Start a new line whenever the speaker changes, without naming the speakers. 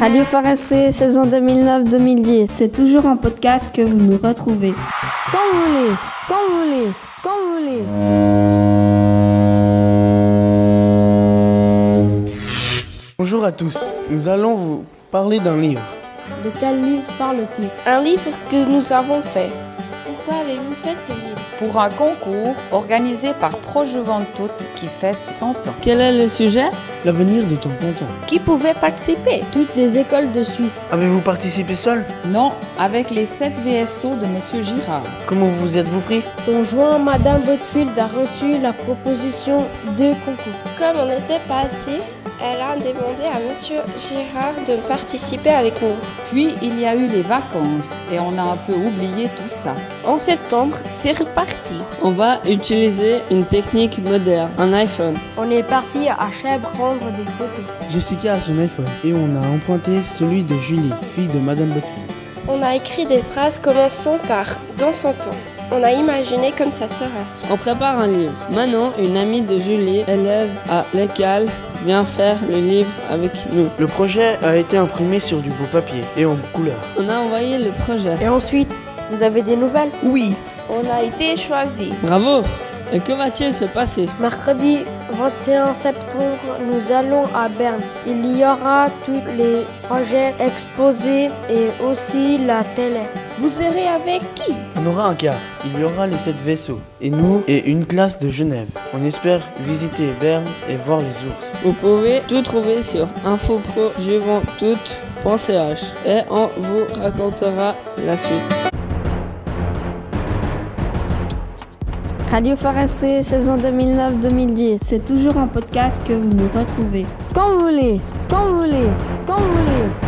Radio Forestier, saison 2009-2010.
C'est toujours en podcast que vous nous retrouvez.
Quand vous voulez, quand vous voulez, quand vous voulez.
Bonjour à tous, nous allons vous parler d'un livre.
De quel livre parle-t-il
Un livre que nous avons fait.
Pourquoi avez-vous fait ce livre
Pour un concours organisé par ProJuventud qui fête 100 ans.
Quel est le sujet
L'avenir de ton canton.
Qui pouvait participer
Toutes les écoles de Suisse.
Avez-vous participé seul
Non, avec les 7 VSO de Monsieur Girard.
Comment vous êtes-vous pris
Mon joint Madame Botfield a reçu la proposition de concours.
Comme on n'était pas assez, elle a demandé à Monsieur Girard de participer avec nous.
Puis il y a eu les vacances et on a un peu oublié tout ça.
En septembre, c'est reparti.
On va utiliser une technique moderne, un iPhone.
On est parti à Chèvres prendre des photos.
Jessica a son iPhone et on a emprunté celui de Julie, fille de Madame Botfield.
On a écrit des phrases commençant par Dans son temps. On a imaginé comme sa sœur.
On prépare un livre. Manon, une amie de Julie, élève à l'école, vient faire le livre avec nous.
Le projet a été imprimé sur du beau papier et en couleur.
On a envoyé le projet.
Et ensuite, vous avez des nouvelles
Oui,
On a été choisis.
Bravo Et que va-t-il se passer
Mercredi 21 septembre, nous allons à Berne. Il y aura tous les projets exposés et aussi la télé.
Vous irez avec qui
On aura un quart. Il y aura les sept vaisseaux. Et nous et une classe de Genève. On espère visiter Berne et voir les ours.
Vous pouvez tout trouver sur infoprojuventud.ch et on vous racontera la suite.
Radio Forestier, saison 2009-2010.
C'est toujours en podcast que vous nous retrouvez.
Quand vous voulez, quand vous voulez, quand vous voulez.